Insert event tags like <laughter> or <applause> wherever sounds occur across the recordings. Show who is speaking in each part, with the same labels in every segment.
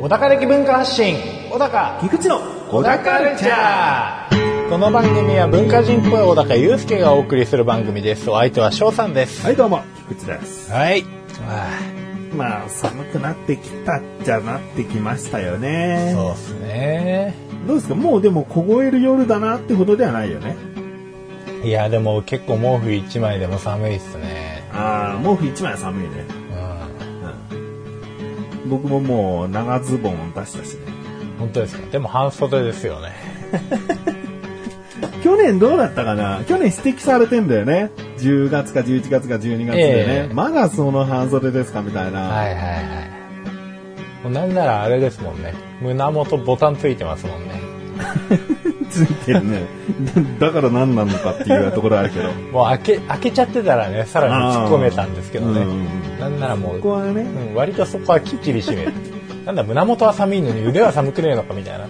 Speaker 1: 小高的文化発信小高
Speaker 2: 菊池の
Speaker 1: 小高ルチャーこの番組は文化人っぽい小高祐介がお送りする番組ですお相手は翔さんです
Speaker 2: はいどうも菊池です
Speaker 1: はい
Speaker 2: まあ寒くなってきたじゃなってきましたよね
Speaker 1: そうっすね
Speaker 2: どうですかもうでも凍える夜だなってほどではないよね
Speaker 1: いやでも結構毛布一枚でも寒いっすね
Speaker 2: ああ毛布一枚は寒いね、
Speaker 1: うん
Speaker 2: うん、僕ももう長ズボン出したしね
Speaker 1: 本当ですかでも半袖ですよね
Speaker 2: 去年どうだったかな去年指摘されてんだよね10月か11月か12月でね、
Speaker 1: ええ
Speaker 2: まだその半袖ですかみたいな、
Speaker 1: はいはいはいもうなんならあれですもんね胸元ボタンついてますもんね
Speaker 2: ついてるねだから何なのかっていう <laughs> ところあるけど
Speaker 1: もう開け開けちゃってたらねさらに突っ込めたんですけどね、
Speaker 2: うんうんうん
Speaker 1: なんならもう
Speaker 2: ここはね
Speaker 1: うん、割とそこはきっちり締 <laughs> めるなんだ胸元は寒いのに腕は寒くねえのかみたいな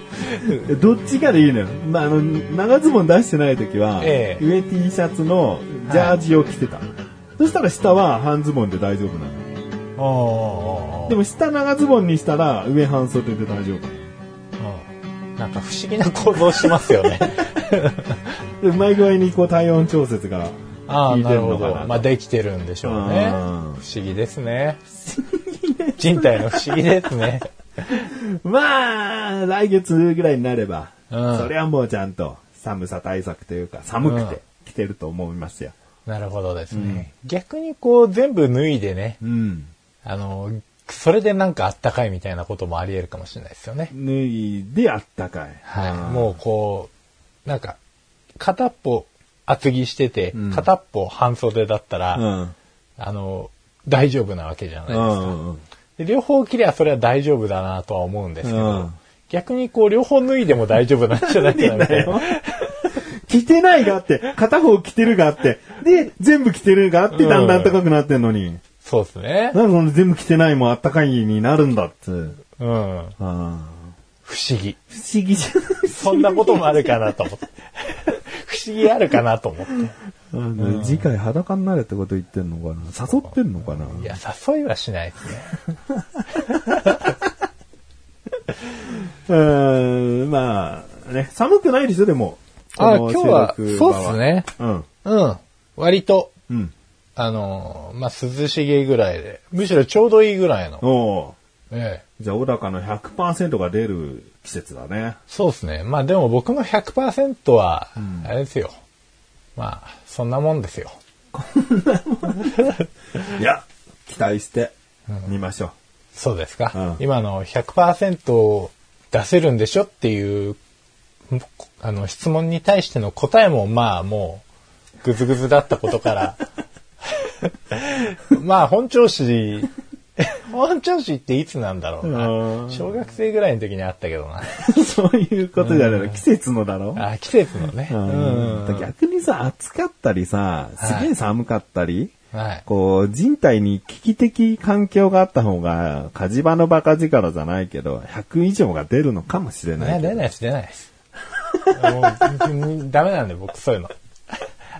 Speaker 2: どっちかでいいのよ。まあ、あの、長ズボン出してない時は、
Speaker 1: ええ
Speaker 2: 上 T シャツのジャージを着てた。そしたら下は半ズボンで大丈夫なの。
Speaker 1: おお
Speaker 2: でも下長ズボンにしたら上半袖で大丈夫。
Speaker 1: なんか不思議な構造しますよね
Speaker 2: うまい具合にこう体温調節が
Speaker 1: <laughs> あ <laughs> あ
Speaker 2: 効い
Speaker 1: な
Speaker 2: て
Speaker 1: る
Speaker 2: る
Speaker 1: ほ
Speaker 2: のか
Speaker 1: ど
Speaker 2: な。
Speaker 1: まあできてるんでしょうね
Speaker 2: うん
Speaker 1: 不思議ですね人体の不思議ですね
Speaker 2: まあ、来月ぐらいになれば、
Speaker 1: うん
Speaker 2: それはもうちゃんと寒さ対策というか、寒くて着てると思いますよ。
Speaker 1: <laughs> なるほどですね、逆にこう全部脱いでね
Speaker 2: うん。
Speaker 1: あのそれでなんかあったかいみたいなこともあり得るかもしれないですよね
Speaker 2: 脱いであったかい。
Speaker 1: はい、
Speaker 2: うん
Speaker 1: もうこうなんか片っぽ厚着してて、
Speaker 2: うん
Speaker 1: 片っぽ半袖だったら、
Speaker 2: うん。
Speaker 1: あの大丈夫なわけじゃないです
Speaker 2: う
Speaker 1: か、
Speaker 2: んうん。
Speaker 1: で両方着りゃそれは大丈夫だなとは思うんですけど、
Speaker 2: うん
Speaker 1: 逆にこう両方脱いでも大丈夫なんじゃないかな
Speaker 2: <laughs>
Speaker 1: みたいな
Speaker 2: 着てないがあって、片方着てるがあって、で、全部着てるがあって、だんだん高くなってんのに。
Speaker 1: そうですね、
Speaker 2: なんでその全部着てないもあったかいになるんだって。
Speaker 1: うん、
Speaker 2: あ
Speaker 1: 不思議
Speaker 2: 不思議じゃない
Speaker 1: そんなこともあるかなと思って <laughs> 不思議あるかなと思って
Speaker 2: 次回裸になれってこと言ってんのかな誘ってんのかない
Speaker 1: や誘いはしないですね
Speaker 2: うーん、まあ、ね、寒くないですよ、でも。
Speaker 1: あ
Speaker 2: この
Speaker 1: 今日は
Speaker 2: 収録場
Speaker 1: そうっすね
Speaker 2: うん。
Speaker 1: うん割と
Speaker 2: うん。
Speaker 1: あのーまあ、涼しげぐらいで、むしろちょうどいいぐらいの。
Speaker 2: おう
Speaker 1: ええ、
Speaker 2: じゃあ、小高の100%が出る季節だね。
Speaker 1: そうですね。まあでも僕の100%は、あれですよ。まあ、そんなもんですよ。
Speaker 2: いや、期待して、見ましょう。
Speaker 1: そうですか。
Speaker 2: うん
Speaker 1: 今の100%を出せるんでしょっていう、あの、質問に対しての答えも、まあもう、ぐずぐずだったこと
Speaker 2: <laughs>
Speaker 1: から、まあ本調子、本調子っていつなんだろうな。
Speaker 2: うん
Speaker 1: 小学生ぐらいの時にあったけどな。
Speaker 2: <laughs> そういうことじゃないの。季節のだろ
Speaker 1: あ、季節のね。
Speaker 2: う
Speaker 1: うん
Speaker 2: ん逆にさ、暑かったりさ、すげえ寒かったり、
Speaker 1: はい。
Speaker 2: こう、人体に危機的環境があった方が、火事場のバカ力じゃないけど、100以上が出るのかもしれない
Speaker 1: ね、
Speaker 2: け
Speaker 1: 出
Speaker 2: ど。
Speaker 1: ないです、出ないです。もう、ダメなんで僕、そういうの。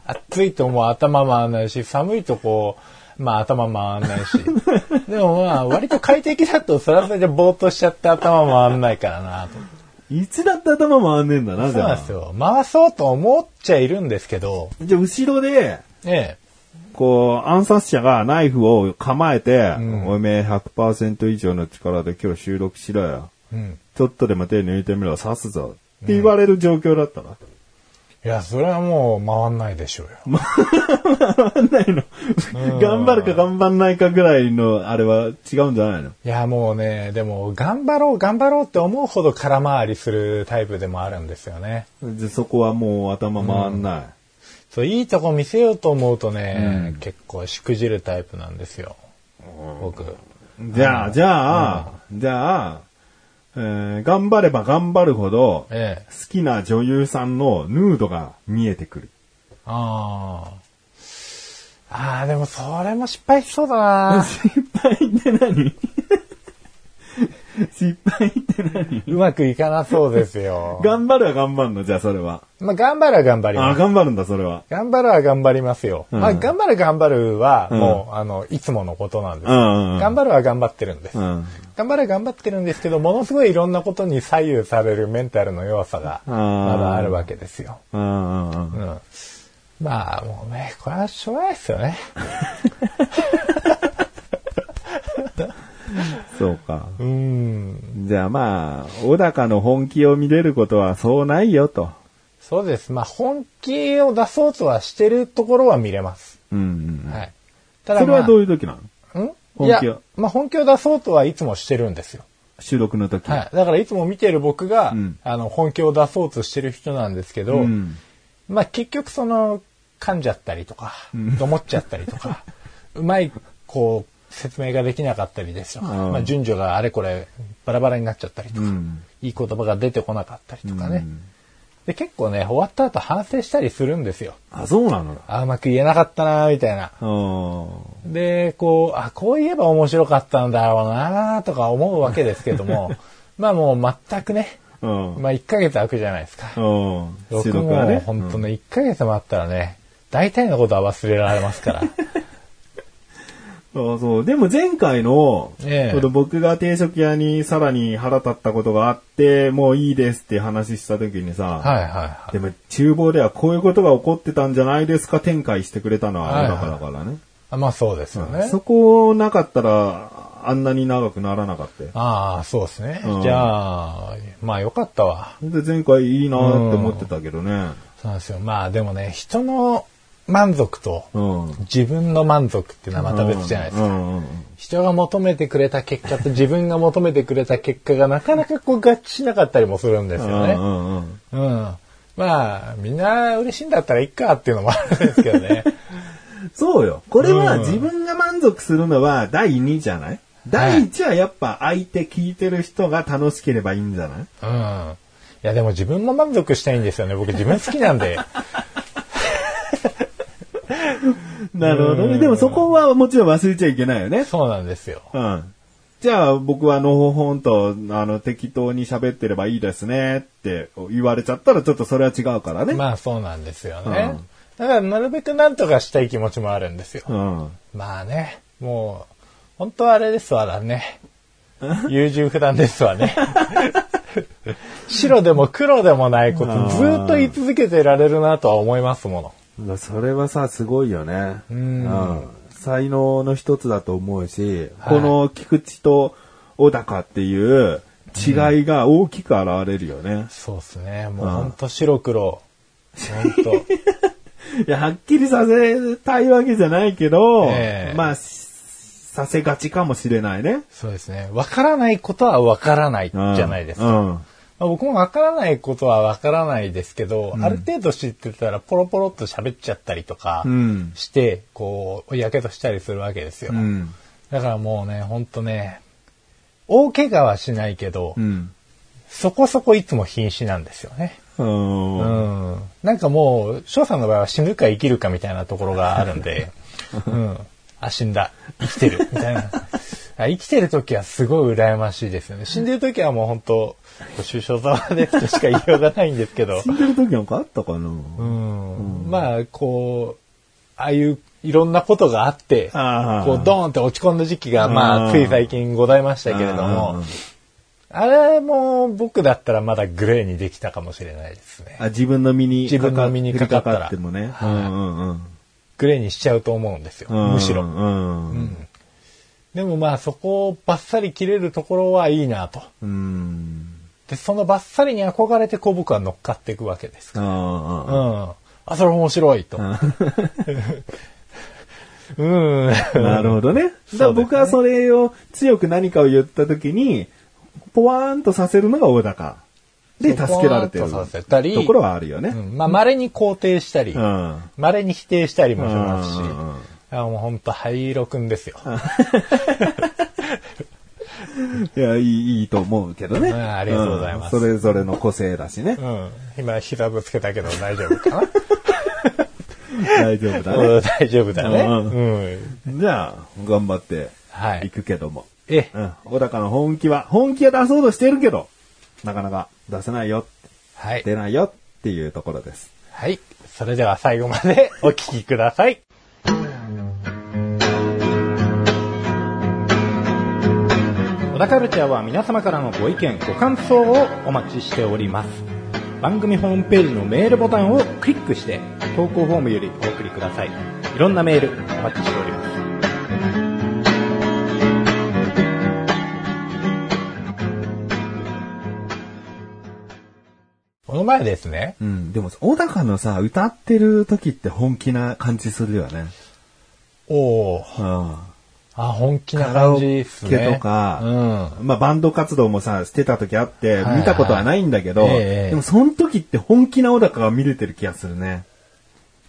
Speaker 1: 暑いともう頭回んないし、寒いとこう、まあ頭回んないし。でもまあ、割と快適だと、それはそれでぼーっとしちゃって頭回んないからなと。
Speaker 2: いつだって頭回んねえんだな、
Speaker 1: そ
Speaker 2: じ
Speaker 1: うな
Speaker 2: ゃ
Speaker 1: ん
Speaker 2: あ
Speaker 1: です。よ。回そうと思っちゃいるんですけど、
Speaker 2: じゃあ、後ろで、
Speaker 1: ええ。
Speaker 2: こう、暗殺者がナイフを構えて、おめえ100%以上の力で今日収録しろよ。
Speaker 1: うん。
Speaker 2: ちょっとでも手抜いてみろ、刺すぞ。って言われる状況だったら。
Speaker 1: いや、それはもう回んないでしょうよ。
Speaker 2: ないの。頑張るか頑張んないかぐらいの、あれは違うんじゃないの
Speaker 1: いや、もうね、でも、頑張ろう、頑張ろうって思うほど空回りするタイプでもあるんですよね。
Speaker 2: でそこはもう頭回んない。
Speaker 1: そう、いいとこ見せようと思うとね、結構しくじるタイプなんですよ。僕。
Speaker 2: じゃあ、じゃあ、じゃあ、えー頑張れば頑張るほど、好
Speaker 1: ええ。
Speaker 2: きな女優さんのヌードが見え
Speaker 1: <laughs>
Speaker 2: てくる。
Speaker 1: ああ。ああ、で
Speaker 2: <laughs>
Speaker 1: もそれも失敗しそうだな。
Speaker 2: 失敗って何失敗って何
Speaker 1: うまくいかなそうですよ。
Speaker 2: 頑張るは頑張るのじゃあそれは。
Speaker 1: まあ、頑張るは頑張り
Speaker 2: あ
Speaker 1: ます。
Speaker 2: 頑張るんだそれは。
Speaker 1: 頑張るは頑張りますよ。
Speaker 2: うん
Speaker 1: まあ、頑張る頑張るは、もう、あの、いつものことなんです。
Speaker 2: うんうん
Speaker 1: 頑張るは頑張ってるんです。
Speaker 2: うん。
Speaker 1: 頑張るは頑張ってるんですけど、ものすごいいろんなことに左右されるメンタルの弱さが、
Speaker 2: あ
Speaker 1: ま
Speaker 2: ー
Speaker 1: だあるわけですよ。
Speaker 2: うんうんうん。
Speaker 1: うん。まあ、もうね、これはしょうがないですよね。
Speaker 2: そうか。
Speaker 1: うん。
Speaker 2: じゃあまあ、小高の本気を見れることはそうないよと。
Speaker 1: そうです。まあ、本気を出そうとはしてるところは見れます。
Speaker 2: うんうん。
Speaker 1: はい。た
Speaker 2: それは
Speaker 1: まあ
Speaker 2: どういう時なの
Speaker 1: ん
Speaker 2: 本
Speaker 1: いや
Speaker 2: 気を、
Speaker 1: まあ、本気を出そうとはいつもしてるんですよ。
Speaker 2: 収録の時。
Speaker 1: はい。だからいつも見てる僕が、
Speaker 2: うん
Speaker 1: あの、本気を出そうとしてる人なんですけど、
Speaker 2: うん。
Speaker 1: まあ、結局その、噛んじゃったりとか、どもっちゃったりと
Speaker 2: <laughs>
Speaker 1: か、うまい、こう、説明ができなかったりですよ。
Speaker 2: うん
Speaker 1: まあ、順序があれこれ、バラバラになっちゃったりとか、
Speaker 2: うん
Speaker 1: いい言葉が出てこなかったりとかね。
Speaker 2: うん
Speaker 1: で、結構ね、終わった後反省したりするんですよ。
Speaker 2: あ、そうなの
Speaker 1: あ、うまく言えなかったな、みたいな。
Speaker 2: あ
Speaker 1: で、こう、あ、こう言えば面白かったんだろうなとか思うわけですけど
Speaker 2: <laughs>
Speaker 1: も、まあもう全くね、
Speaker 2: あ。うん。
Speaker 1: まあ1ヶ月空くじゃないですか。
Speaker 2: うん。
Speaker 1: 僕
Speaker 2: 収録はね
Speaker 1: も。本当ね、1ヶ月もあったらね、大体のことは忘れられます
Speaker 2: <laughs>
Speaker 1: から。
Speaker 2: そうそう。でも前回の、
Speaker 1: ええ
Speaker 2: ちょうど僕が定食屋にさらに腹立ったことがあって、もういいですって話した時にさ、
Speaker 1: はいはいは
Speaker 2: でも厨房ではこういうことが起こってたんじゃないですか展開してくれたのはあれだからからね。
Speaker 1: いあ。まあそうですよね。
Speaker 2: そこなかったら、あんなに長くならなかったよ。
Speaker 1: ああ、そうですね。
Speaker 2: うん
Speaker 1: じゃあ、まあよかったわ。
Speaker 2: で、前回いいなーって思ってたけどね。
Speaker 1: そうなんですよ。まあでもね、人の満足と
Speaker 2: うん。
Speaker 1: 自分の満足っていうのはまた別じゃないですか。
Speaker 2: うんうんうん
Speaker 1: 人が求めてくれた結果と自分が求めてくれた結果がなかなかこう合致しなかったりもするんですよ
Speaker 2: う
Speaker 1: ね。
Speaker 2: んうんうん
Speaker 1: うん。まあ、みんな嬉しいんだったらいっかっていうのもあるんですけどね。
Speaker 2: そうよ。これは自分が満足するのは第2じゃない第1はやっぱ相手聞いてる人が楽しければいいんじゃない
Speaker 1: うん。いやでも自分も満足したいんですよね。僕自分好きなん
Speaker 2: <laughs>
Speaker 1: で。
Speaker 2: なるほどね。でもそこはもちろん忘れちゃいけないよね。
Speaker 1: そうなんですよ。
Speaker 2: うん。じゃあ僕はのほほんと、あの、適当に喋ってればいいですねって言われちゃったらちょっとそれは違うからね。
Speaker 1: まあそうなんですよね。
Speaker 2: うん
Speaker 1: だからなるべくなんとかしたい気持ちもあるんですよ。
Speaker 2: うん。
Speaker 1: まあね、もう、本当はあれですわだね。優柔不断ですわ
Speaker 2: <laughs>
Speaker 1: ね。白でも黒でもないことずっと言い続けてられるなとは思いますもの。
Speaker 2: それはさ、すごいよね。
Speaker 1: ん
Speaker 2: うん才能の一つだと思うし、
Speaker 1: はい
Speaker 2: この菊池と小高っていう違いが大きく現れるよね。
Speaker 1: そうですね。もう本当白黒。本
Speaker 2: いや、はっきりさせたいわけじゃないけど、
Speaker 1: ええ
Speaker 2: まあ、しさせがちかもしれないね。
Speaker 1: 当。そうですね。わからないことはわからないじ
Speaker 2: うん
Speaker 1: ゃないです
Speaker 2: う
Speaker 1: か。
Speaker 2: ん。
Speaker 1: まあ、僕もわからないことはわからないですけど、ある程度知ってたらポロポロっと喋っちゃったりとか
Speaker 2: うん
Speaker 1: して、こう、やけどしたりするわけですよ。
Speaker 2: うん。
Speaker 1: だからもうね、ほんとね、大怪我はしないけど、
Speaker 2: うん。
Speaker 1: そこそこいつも瀕死なんですよね。
Speaker 2: うん
Speaker 1: うん。なんかもう、翔さんの場合は死ぬか生きるかみたいなところがあるん
Speaker 2: <laughs>
Speaker 1: で、うん。あ、死んだ。生きてる。みたいな。あ生きてる時はすごい羨ましいですよね。死んでる時はもう本当、ご愁傷様ですとしか言いようがないんですけど
Speaker 2: 死。んでる時なんかあったかな、
Speaker 1: うん。まあ、こう、ああいういろんなことがあって、
Speaker 2: ああ
Speaker 1: こうドーンって落ち込んだ時期が、まあ、
Speaker 2: うん
Speaker 1: つい最近ございましたけれど
Speaker 2: う
Speaker 1: も
Speaker 2: ん、
Speaker 1: あれも僕だったらまだグレーにできたかもしれないですね。
Speaker 2: あ自分の身に
Speaker 1: 自分の身にかかったら
Speaker 2: 降りってもね。
Speaker 1: はい
Speaker 2: うんうんうん
Speaker 1: グレーにしちゃうと思うんですよ。
Speaker 2: うん
Speaker 1: むし
Speaker 2: う
Speaker 1: ろ。
Speaker 2: ん
Speaker 1: でもまあそこをバッサリ切れるところはいいなと。
Speaker 2: うん
Speaker 1: で、そのバッサリに憧れてこう僕は乗っかっていくわけですか
Speaker 2: あ
Speaker 1: ら。うん。あ、それ面白いと。うん。
Speaker 2: あ <laughs> なるほどね。だから僕はそれを強く何かを言った時に、ポワーンとさせるのが大高。で、
Speaker 1: そう
Speaker 2: 助けられてる
Speaker 1: ポワーンとさせたり
Speaker 2: ところはあるよ
Speaker 1: う
Speaker 2: ね。
Speaker 1: んまあ稀に肯定したり
Speaker 2: う、ん。
Speaker 1: 稀に否定したりもしますし
Speaker 2: うんうんうん、
Speaker 1: あもう本当灰色くんですよ。
Speaker 2: いや、いい、いいと思うけどね。
Speaker 1: うんありがとうございます
Speaker 2: んそれぞれの個性だしね
Speaker 1: う。ん。今膝ぶつけたけど大丈夫かな
Speaker 2: 大 <laughs> 丈夫だ
Speaker 1: うん
Speaker 2: ね。
Speaker 1: 大丈夫だね。う
Speaker 2: う
Speaker 1: ん。
Speaker 2: じゃあ、頑張って
Speaker 1: はい
Speaker 2: いくけども。
Speaker 1: ええ、
Speaker 2: うん。小高の本気は、本気は出そうとしてるけど、なかなか出せないよ、
Speaker 1: はい。
Speaker 2: 出ないよっていうところです。
Speaker 1: はい。それでは最後までお聞きください。小田カルチャーは皆様からのご意見、ご感想をお待ちしております。番組ホームページのメールボタンをクリックして、投稿フォームよりお送りください。いろんなメールお待ちしております。この前ですね、
Speaker 2: うん。でも、小高のさ、歌ってる時って本気な感じするよね。
Speaker 1: おお、
Speaker 2: うん。
Speaker 1: あ、本気な
Speaker 2: カラ
Speaker 1: 感
Speaker 2: オ
Speaker 1: じ
Speaker 2: ケ
Speaker 1: ですね。
Speaker 2: とか、
Speaker 1: うん。
Speaker 2: まあバンド活動もさ、してた時あって、
Speaker 1: はい
Speaker 2: 見たことはないんだけど、
Speaker 1: ええ
Speaker 2: でもその時って本気な小高が見れてる気がするね。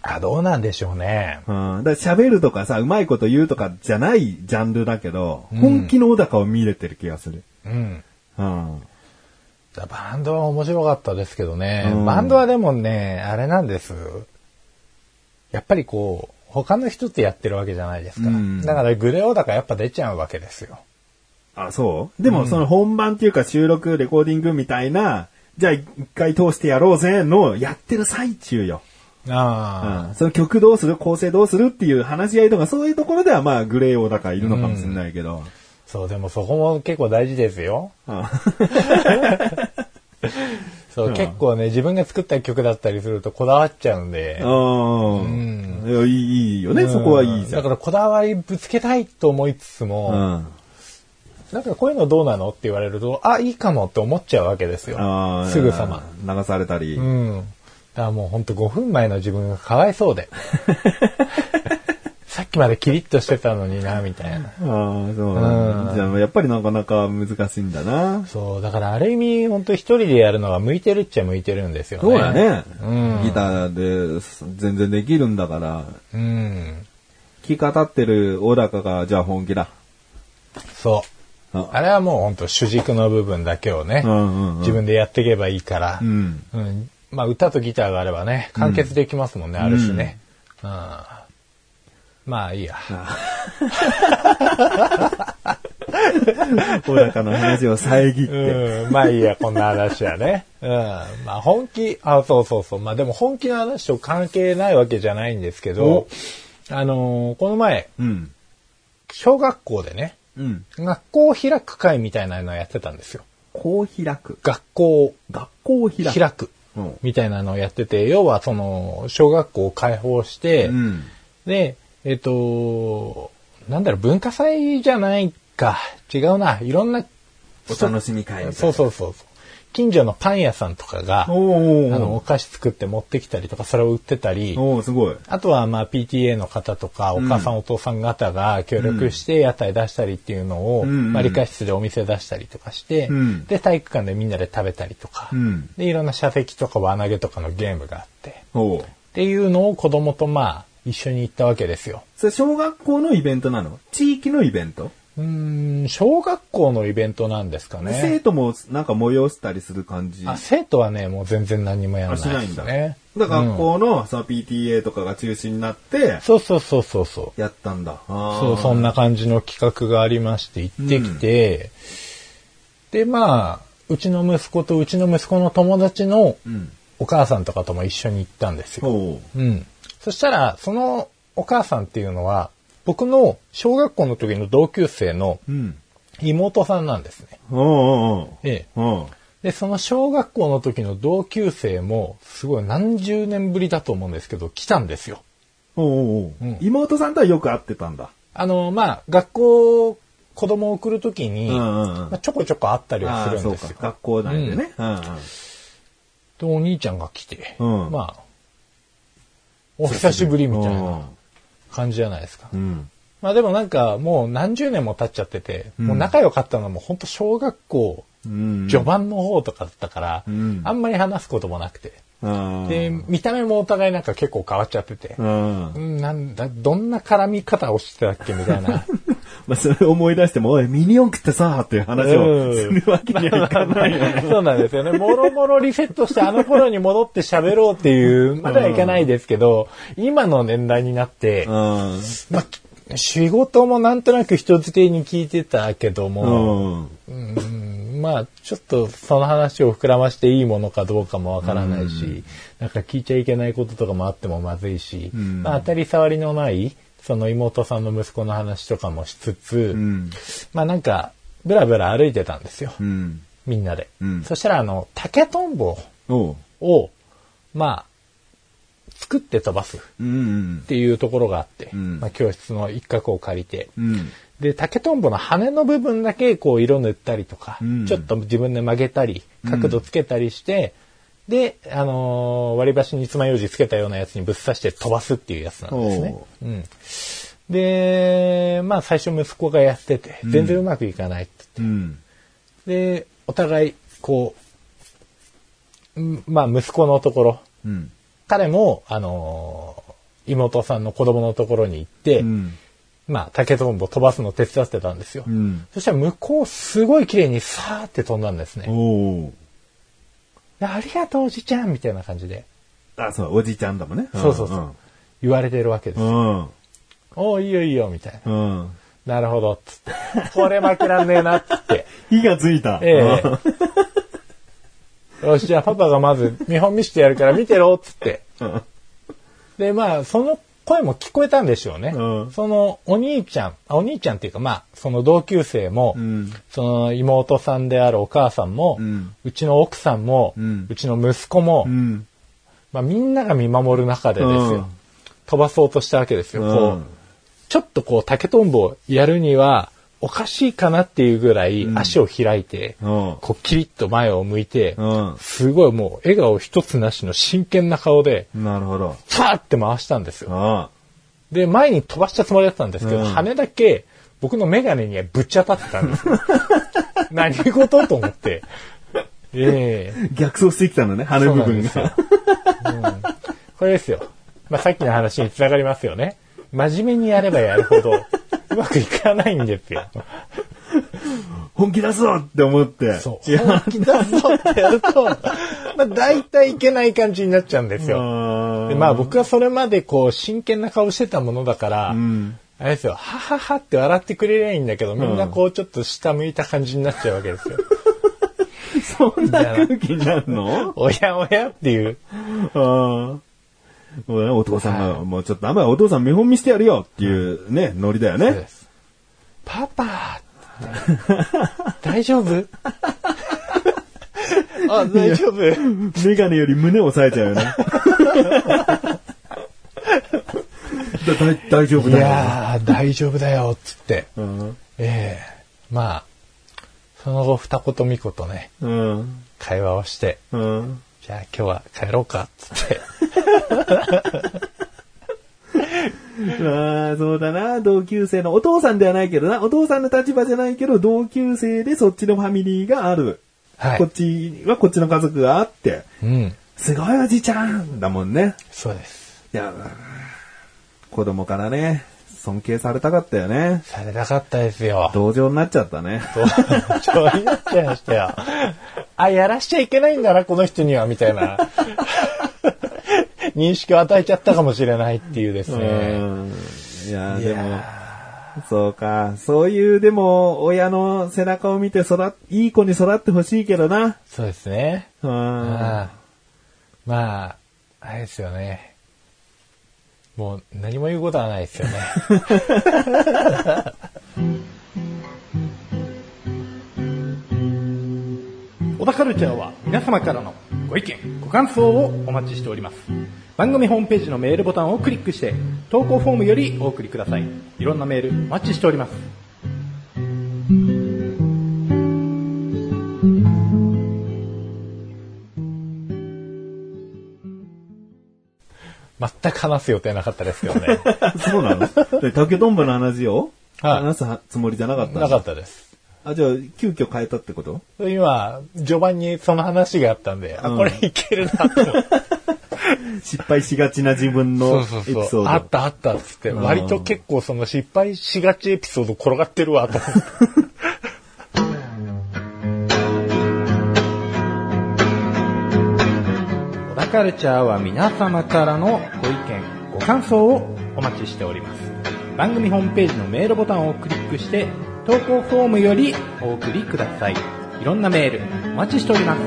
Speaker 1: あ、どうなんでしょうね。
Speaker 2: うん。だから喋るとかさ、うまいこと言うとかじゃないジャンルだけど、本気の小高を見れてる気がする。
Speaker 1: うん。
Speaker 2: うん。
Speaker 1: だバンドは面白かったですけどね。
Speaker 2: うん
Speaker 1: バンドはでもね、あれなんです。やっぱりこう、他の人とやってるわけじゃないですか。
Speaker 2: うん
Speaker 1: だからグレオだからやっぱ出ちゃうわけですよ。
Speaker 2: あ、そうでもその本番っていうか収録、レコーディングみたいな、じゃあ一回通してやろうぜのやってる最中よ。
Speaker 1: あ
Speaker 2: うんその曲どうする構成どうするっていう話し合いとかそういうところではまあグレーオだからいるのかもしれないけど。
Speaker 1: あ、そう、でもそこも結構大事ですよ。
Speaker 2: うん
Speaker 1: そう、
Speaker 2: うん
Speaker 1: 結構ね、自分が作った曲だったりするとこだわっちゃうん <laughs> で。
Speaker 2: うん。いや、いい、いいよね、そこはいいじゃ
Speaker 1: だか
Speaker 2: ん。
Speaker 1: らこだわりぶつけたいと思いつつも、
Speaker 2: うん。
Speaker 1: なんかこういうのどうなのって言われると、あ、いいかもって思っちゃうわけですよ
Speaker 2: あ。ー
Speaker 1: すぐさま。。
Speaker 2: 流されたり
Speaker 1: う。ん。だからもうほんと5分前の自分がかわいそう
Speaker 2: <laughs>
Speaker 1: で。さっきまでキリッとしてたのにな、みたいな。
Speaker 2: ああ、そうなんだ。じゃあ、やっぱりなかなか難しいんだな。
Speaker 1: そう、だからある意味ほんと一人でやるのが向いてるっちゃ向いてるんですよね。
Speaker 2: そうだ。ね。
Speaker 1: うん
Speaker 2: ギターです全然できるんだから、
Speaker 1: うん。
Speaker 2: 弾き語ってる小高が、じゃあ本気だ。
Speaker 1: そう。
Speaker 2: あ
Speaker 1: あれはもうほんと主軸の部分だけをね、
Speaker 2: うんうんうん
Speaker 1: 自分でやっていけばいいから、
Speaker 2: うん。
Speaker 1: うんまあ歌とギターがあればね、完結できますもんね、ある種ね。うん。まあいいや。
Speaker 2: <laughs> 小高の話を遮って。
Speaker 1: うん、まあいいや、こんな話はね。うん。まあ本気、あ、そうそうそう。まあでも本気の話と関係ないわけじゃないんですけど
Speaker 2: お、
Speaker 1: あのーこの前、
Speaker 2: うん。
Speaker 1: 小学校でね、
Speaker 2: うん。
Speaker 1: 学校を開く会みたいなのをやってたんですよ。
Speaker 2: こう開く。
Speaker 1: 学校を
Speaker 2: 学校を開く。
Speaker 1: 開く
Speaker 2: うん。
Speaker 1: みたいなのをやってて、要はその、小学校を開放して、
Speaker 2: うん。
Speaker 1: で、えっ、と、なんだろう、文化祭じゃないか。違うな。いろんな、
Speaker 2: お楽しみ会みたいな
Speaker 1: そうそうそうそう。近所のパン屋さんとかが、
Speaker 2: おー
Speaker 1: あの、お菓子作って持ってきたりとか、それを売ってたり、
Speaker 2: おーすごい。
Speaker 1: あとは、まあ、PTA の方とか、お母さん、お父さん方が協力して、屋台出したりっていうのを、
Speaker 2: うん
Speaker 1: まあ、理科室でお店出したりとかして、
Speaker 2: うん
Speaker 1: で、体育館でみんなで食べたりとか、
Speaker 2: うん
Speaker 1: で、いろんな射的とか輪投げとかのゲームがあって、っ
Speaker 2: おー
Speaker 1: ていうのを子供と、まあ、一緒に行ったわけですよ。
Speaker 2: それ小学校のイベントなの地域のイベント、
Speaker 1: うーん、小学校のイベントなんですか
Speaker 2: 生
Speaker 1: ね。
Speaker 2: 徒もなんか催したりする感じ
Speaker 1: あ生徒はね、もう全然何もやら
Speaker 2: あ
Speaker 1: な
Speaker 2: し
Speaker 1: い
Speaker 2: な
Speaker 1: で
Speaker 2: いん
Speaker 1: す
Speaker 2: だ。
Speaker 1: ね。
Speaker 2: だから
Speaker 1: う
Speaker 2: 学
Speaker 1: ん
Speaker 2: 校のさ、PTA とかが中心になって、
Speaker 1: そうそうそうそうそう。
Speaker 2: やったんだ。
Speaker 1: そ、
Speaker 2: そう
Speaker 1: そん。な感じの企画がありまして、行ってきて、で、まあ、うちの息子とうちの息子の友達の
Speaker 2: うん。
Speaker 1: お母さんとかとも一緒に行ったんですよ。
Speaker 2: おう
Speaker 1: うん。そしたら、そのお母さんっていうのは、僕の小学校の時の同級生の
Speaker 2: うん。
Speaker 1: 妹さんなんですね。
Speaker 2: おうおう
Speaker 1: ええ。
Speaker 2: おうおう
Speaker 1: で、その小学校の時の同級生も、すごい何十年ぶりだと思うんですけど、来たんですよ。
Speaker 2: おうおうおう
Speaker 1: うん
Speaker 2: 妹さんとはよく会ってたんだ。
Speaker 1: あの、まあ、学校、子供を送る時
Speaker 2: う
Speaker 1: に、
Speaker 2: んうんうん。
Speaker 1: まあ、ちょこちょこ会ったりは
Speaker 2: あ
Speaker 1: す
Speaker 2: ー
Speaker 1: るん
Speaker 2: そう
Speaker 1: です
Speaker 2: か
Speaker 1: よ。。
Speaker 2: 学校内でね。うんうん。
Speaker 1: で、お兄ちゃんが来て、
Speaker 2: うん
Speaker 1: まあ、お久しぶりみたいな感じじゃないですか。
Speaker 2: うん。
Speaker 1: まあでもなんか、もう何十年も経っちゃってて、
Speaker 2: うん
Speaker 1: もう仲良かったのも本当小学校、
Speaker 2: うん。
Speaker 1: 序盤の方とかだったから、
Speaker 2: うん
Speaker 1: あんまり話すこともなくて。
Speaker 2: 盤
Speaker 1: で、見た目もお互いなんか結構変わっちゃってて
Speaker 2: う、ん
Speaker 1: う。ん、なんだ、どんな絡み方をしてたっけみたいな。
Speaker 2: まあ、それを思い出しても、おい、ミニ四駆ってさ、っていう話をするわけにはいかないよね。
Speaker 1: そうなんですよね。もろもろリセットしてあの頃に戻って喋ろう <laughs> っていう、まではいかないですけど、今の年代になって、
Speaker 2: うん。
Speaker 1: まあ、き仕事もなんとなく人付けに聞いてたけど
Speaker 2: う
Speaker 1: も、
Speaker 2: ん。
Speaker 1: うんまあちょっとその話を膨らましていいものかどうかもわからないし、なんか聞いちゃいけないこととかもあってもまずいし、
Speaker 2: ん
Speaker 1: まあ当たり障りのないその妹さんの息子の話とかもしつつ、
Speaker 2: うん。
Speaker 1: まあなんかブラブラ歩いてたんですよ、
Speaker 2: うん。
Speaker 1: みんなで、
Speaker 2: うん
Speaker 1: そしたらあの竹とんぼ
Speaker 2: おう。
Speaker 1: をまあ作って飛ばすっ
Speaker 2: うん。
Speaker 1: ていうところがあって、
Speaker 2: うん
Speaker 1: まあ教室の一角を借りて、
Speaker 2: うん。
Speaker 1: で、竹とんぼの羽の部分だけこう色塗ったりとか、
Speaker 2: うん
Speaker 1: ちょっと自分で曲げたり、角度つけたりして、で、あのー割り箸に爪楊枝つけたようなやつにぶっ刺して飛ばすっていうやつなんですね
Speaker 2: お。
Speaker 1: うん、で、まあ最初息子がやってて、全然うまくいかないって
Speaker 2: うん。
Speaker 1: 言ってで、お互い、こう、うんまあ息子のところ、
Speaker 2: うん。
Speaker 1: 彼も、あのー妹さんの子供のところに行って、
Speaker 2: うん。
Speaker 1: まあ竹とんぼ飛ばすの手伝ってたんですよ。
Speaker 2: うん。
Speaker 1: そしたら向こうすごい綺麗にさーって飛んだんですね。
Speaker 2: おう。
Speaker 1: でありがとうおじちゃんみたいな感じで
Speaker 2: あ、そう、おじちゃんだもんね。
Speaker 1: そうそうそう言われてるわけです。
Speaker 2: う
Speaker 1: よ
Speaker 2: ん。うん。
Speaker 1: おおいいよいいよみたいな。
Speaker 2: うん。
Speaker 1: なるほどっつって。これ負けらんねえなっつ
Speaker 2: <laughs>
Speaker 1: って。
Speaker 2: 火がついた。
Speaker 1: ええよしじゃあパパがまず見本見してやるから見てろっつって。
Speaker 2: うん。
Speaker 1: でまあその声も聞こえたんでしょうね。
Speaker 2: うん
Speaker 1: そのお兄ちゃん、あお兄ちゃんっていうかまあその同級生も、
Speaker 2: うん。
Speaker 1: その妹さんであるお母さんも、う
Speaker 2: うん
Speaker 1: ちの奥さんも、う
Speaker 2: うん
Speaker 1: ちの息子も、
Speaker 2: うん。
Speaker 1: まあ、みんなが見守る中でですよ、
Speaker 2: うん
Speaker 1: 飛ばそうとしたわけですよ、
Speaker 2: うん
Speaker 1: こうちょっとこう竹とんぼをやるにはおかしいかなっていうぐらい足を開いて、
Speaker 2: うん
Speaker 1: こうキリッと前を向いて、
Speaker 2: うん
Speaker 1: すごいもう笑顔一つなしの真剣な顔で
Speaker 2: なるほど。
Speaker 1: ファーって回したんですよ
Speaker 2: あ
Speaker 1: で前に飛ばしたつもりだったんですけど、
Speaker 2: うん
Speaker 1: 羽だけ僕の眼鏡にぶち当たってたんですよ何事と思ってええ
Speaker 2: あ。逆走してきたのね、羽
Speaker 1: そ
Speaker 2: の
Speaker 1: うなん
Speaker 2: 部分
Speaker 1: ですよ
Speaker 2: が。
Speaker 1: これですよ。まあ、さっきの話につながりますよね。真面目にやればやるほど、うまくいかないんですよ。
Speaker 2: 本気出すぞって思って。
Speaker 1: そう。
Speaker 2: いや
Speaker 1: 本気だぞってやると、まあ、大体いけない感じになっちゃうんですよ。
Speaker 2: あ
Speaker 1: で
Speaker 2: ー
Speaker 1: まあ、僕はそれまでこう、真剣な顔してたものだから、
Speaker 2: うん。
Speaker 1: あれですよ、はははって笑ってくれりゃいいんだけど、みんなこう、ちょっと下向いた感じになっちゃうわけですよ。
Speaker 2: そんな空気になるの
Speaker 1: おやおやっていう。
Speaker 2: ああ。お父さんが、もうちょっとあんまりお父さん見本見してやるよっていうね、ノリだよね。
Speaker 1: パパ大丈夫 <laughs> あ、大丈夫
Speaker 2: メガネより胸を押さえちゃうよね。
Speaker 1: <laughs>
Speaker 2: だだ大丈夫
Speaker 1: い
Speaker 2: だよ。
Speaker 1: やー、大丈夫だよ、つって。
Speaker 2: うん。
Speaker 1: ええまあ、その後、二言三言ね、
Speaker 2: うん。
Speaker 1: 会話をして、
Speaker 2: うん。
Speaker 1: じゃあ今日は帰ろうか、つって。
Speaker 2: <laughs> ああ、そうだな。同級生の、お父さんではないけどな。お父さんの立場じゃないけど、同級生でそっちのファミリーがある。
Speaker 1: はい
Speaker 2: こっちはこっちの家族があって。
Speaker 1: うん、
Speaker 2: すごいおじちゃんだもんね。
Speaker 1: そうです。
Speaker 2: いや、子供からね、尊敬されたかったよね。
Speaker 1: されなかったですよ。
Speaker 2: 同情になっちゃったね。
Speaker 1: そう、ちょいなっちゃいましたよ。あ、やらしちゃいけないんだな、この人には、みたいな。
Speaker 2: <laughs>
Speaker 1: 認識を与えちゃったかもしれないっていうです
Speaker 2: う
Speaker 1: ね。
Speaker 2: ん。いや、
Speaker 1: い
Speaker 2: でも、
Speaker 1: や
Speaker 2: そうか。そういう、でも、親の背中を見て育っ、いい子に育ってほしいけどな
Speaker 1: ー。そうですね。
Speaker 2: うん。
Speaker 1: ああまあ、あれですよね。もう何も言うことはないですよね。
Speaker 3: 小田カルチャーは皆様からのご意見、ご感想をお待ちしております。番組ホームページのメールボタンをクリックして、投稿フォームよりお送りください。いろんなメールお待ちしております。
Speaker 1: 全く話す予定なかったですけど
Speaker 3: <laughs>
Speaker 1: ね。
Speaker 2: <laughs> そうなので竹とんぼの話を、
Speaker 1: はい
Speaker 2: 話すつもりじゃなかったの
Speaker 1: なかったです。
Speaker 2: あ、じゃあ、急遽変えたってこと
Speaker 1: 今、序盤にその話があったんで、あ、
Speaker 2: うん
Speaker 1: これいけるなと
Speaker 3: <laughs>
Speaker 1: 思って。
Speaker 2: 失敗しがちな自分
Speaker 1: そ
Speaker 2: の
Speaker 1: う
Speaker 2: エ
Speaker 1: そう
Speaker 2: ピソー
Speaker 1: そう。
Speaker 2: ド。
Speaker 1: あったあったっつって、
Speaker 2: ん
Speaker 1: 割と結構その失敗しがちエピソード転がってるわと思って。
Speaker 3: <laughs> 小田カルチャーは皆様からのご意見、ご感想をお待ちしております。番組ホームページのメールボタンをクリックして、投稿フォームよりお送りください。いろんなメール、お待ちしております。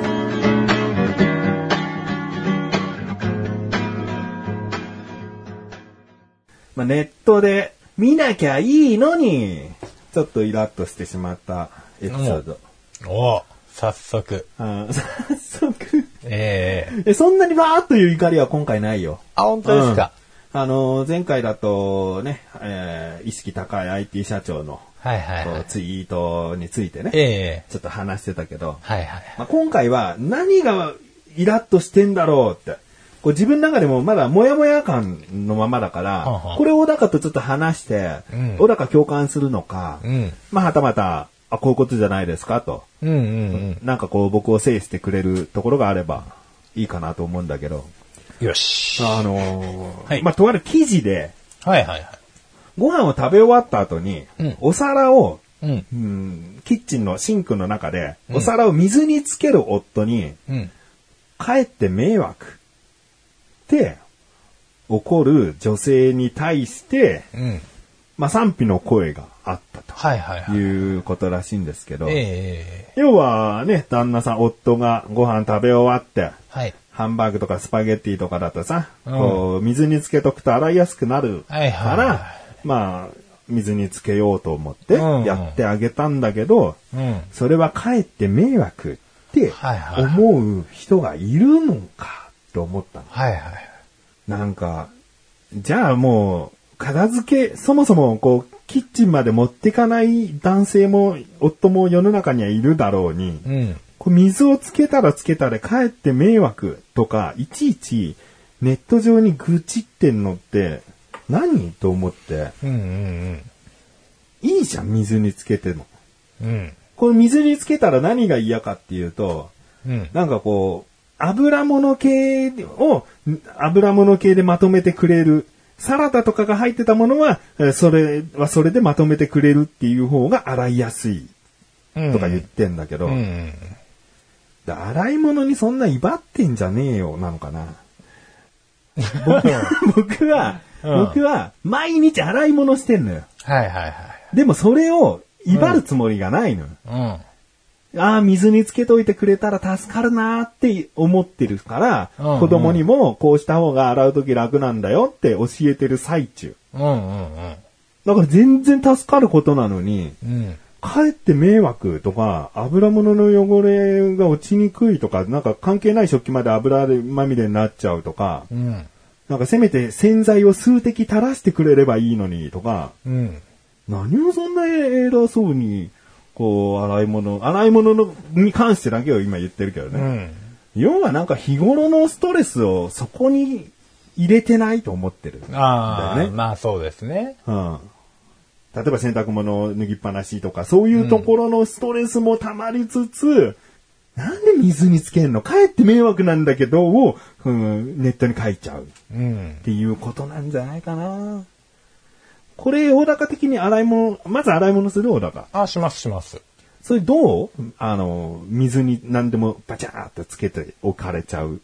Speaker 2: まあ、ネットで見なきゃいいのに、ちょっとイラッとしてしまったエピソード。
Speaker 1: おう早速。
Speaker 2: あ <laughs> ー早速。
Speaker 1: ええ
Speaker 2: え、そんなにバーっという怒りは今回ないよ。
Speaker 1: あ、本当ですか。
Speaker 2: あのー、前回だとね、えー意識高い IT 社長の
Speaker 1: はいはい
Speaker 2: こ
Speaker 1: は
Speaker 2: う
Speaker 1: い。
Speaker 2: ツイートについてね、
Speaker 1: ええ
Speaker 2: ちょっと話してたけど、
Speaker 1: はいはい。
Speaker 2: まあ、今回は何がイラッとしてんだろうって。こう自分の中でもまだモヤモヤ感のままだから、
Speaker 1: はあはあ
Speaker 2: これを小高とちょっと話して
Speaker 1: うん、
Speaker 2: 小、高共感するのか、
Speaker 1: うん。
Speaker 2: まあはたまた、あ、こういうことじゃないですかと。
Speaker 1: うんうん
Speaker 2: なんかこう僕を制してくれるところがあればいいかなと思うんだけど、
Speaker 1: うん。よし。
Speaker 2: あのー
Speaker 1: はい
Speaker 2: まあとある記事で、
Speaker 1: はいはいは
Speaker 2: ご飯を食べ終わった後に、
Speaker 1: うん
Speaker 2: お皿を、
Speaker 1: い。うん。
Speaker 2: うんキッチンのシンクの中で、お皿を水につける夫に、
Speaker 1: うん。
Speaker 2: かえって迷惑って怒る女性に対して、
Speaker 1: うん。
Speaker 2: まあ、賛否の声があった
Speaker 1: はいはいは
Speaker 2: と
Speaker 1: い。
Speaker 2: いうことらしいんですけど、
Speaker 1: ええ
Speaker 2: 要はね、旦那さん、夫がご飯食べ終わって、
Speaker 1: はい。
Speaker 2: ハンバーグとかスパゲッティとかだとさ、
Speaker 1: うん
Speaker 2: こう水につけとくと洗いやすくなるから、
Speaker 1: はいはいはい
Speaker 2: まあ、水につけようと思って
Speaker 1: うん
Speaker 2: やってあげたんだけど、
Speaker 1: うん。
Speaker 2: それはかえって迷惑って
Speaker 1: はいはい
Speaker 2: 思う人がいるのかと思ったの。
Speaker 1: はいはい。
Speaker 2: なんか、じゃあもう、片付け、そもそもこう、キッチンまで持ってかない男性も夫も世の中にはいるだろうに、
Speaker 1: うん。
Speaker 2: こう水をつけたらつけたでかえって迷惑とか、いちいちネット上に愚痴ってんのって何と思って、
Speaker 1: うんうん
Speaker 2: いいじゃん水につけても。
Speaker 1: うん。うん。
Speaker 2: この水につけたら何が嫌かっていうと、
Speaker 1: うん。
Speaker 2: なんかこう、油物系を、ん油物系でまとめてくれる。サラダとかが入ってたものは、えーそれはそれでまとめてくれるっていう方が洗いやすいとか言ってんだけど、
Speaker 1: うんうん。
Speaker 2: で洗い物にそんな威張ってんじゃねえよ、なの
Speaker 1: <laughs>
Speaker 2: かな。僕は、
Speaker 1: うん
Speaker 2: 僕は、毎日洗い物してんのよ。
Speaker 1: はいはい
Speaker 2: でもそれを威張るつもりがないのよ。
Speaker 1: はい。
Speaker 2: ああ、水につけといてくれたら助かるなーって思ってるから、
Speaker 1: うんうん
Speaker 2: 子供にもこうした方が洗うとき楽なんだよって教えてる最中。
Speaker 1: うん。うんうん
Speaker 2: だから全然助かることなのに、
Speaker 1: うん。うん。
Speaker 2: かえって迷惑とか、油物の汚れが落ちにくいとか、なんか関係ない食器まで油でまみれになっちゃうとか、
Speaker 1: うん。
Speaker 2: なんかせめて洗剤を数滴垂らしてくれればいいのにとか、
Speaker 1: うん。
Speaker 2: 何をそんな偉そうに、こう、洗い物、洗い物のに関してだけを今言ってるけどね。
Speaker 1: うん。
Speaker 2: 要はなんか日頃のストレスをそこに入れてないと思ってる。
Speaker 1: あ
Speaker 2: だ
Speaker 1: あ、
Speaker 2: よね
Speaker 1: まあそうですね。
Speaker 2: うん。例えば洗濯物を脱ぎっぱなしとか、そういうところのストレスも溜まりつつ、なんで水につけんのかえって迷惑なんだけどを、うん、ネットに書いちゃうっ
Speaker 1: うん。
Speaker 2: ていうことなんじゃないかな。これ、大高的に洗い物、まず洗い物する大高。
Speaker 1: あ、しますします。
Speaker 2: それどうあの、水に何でもバチャーってつけて置かれちゃう。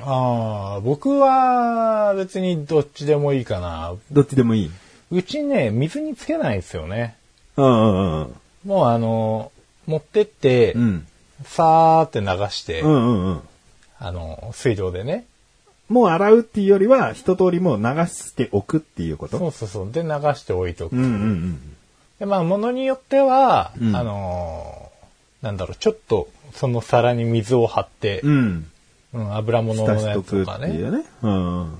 Speaker 1: ああ、僕は別にどっちでもいいかな。
Speaker 2: どっちでもいい。
Speaker 1: うちね、水につけないんですよね。
Speaker 2: うんうんうん。
Speaker 1: もうあの、持ってって
Speaker 2: う、ん。
Speaker 1: さーって流して
Speaker 2: う、んうんうん。
Speaker 1: あの、水道でね。
Speaker 2: もう洗うっていうよりは、一通りもう流しておくっていうこと
Speaker 1: そうそうそう。で、流しておいとく
Speaker 2: うん。うん
Speaker 1: で、まあ、ものによっては、
Speaker 2: うん
Speaker 1: あのーなんだろう、ちょっと、その皿に水を張って、
Speaker 2: うん。うん。
Speaker 1: うん油物の
Speaker 2: 浸し
Speaker 1: や
Speaker 2: と
Speaker 1: つ
Speaker 2: く
Speaker 1: と
Speaker 2: っ
Speaker 1: か
Speaker 2: て
Speaker 1: ね。
Speaker 2: いうね。うんうん。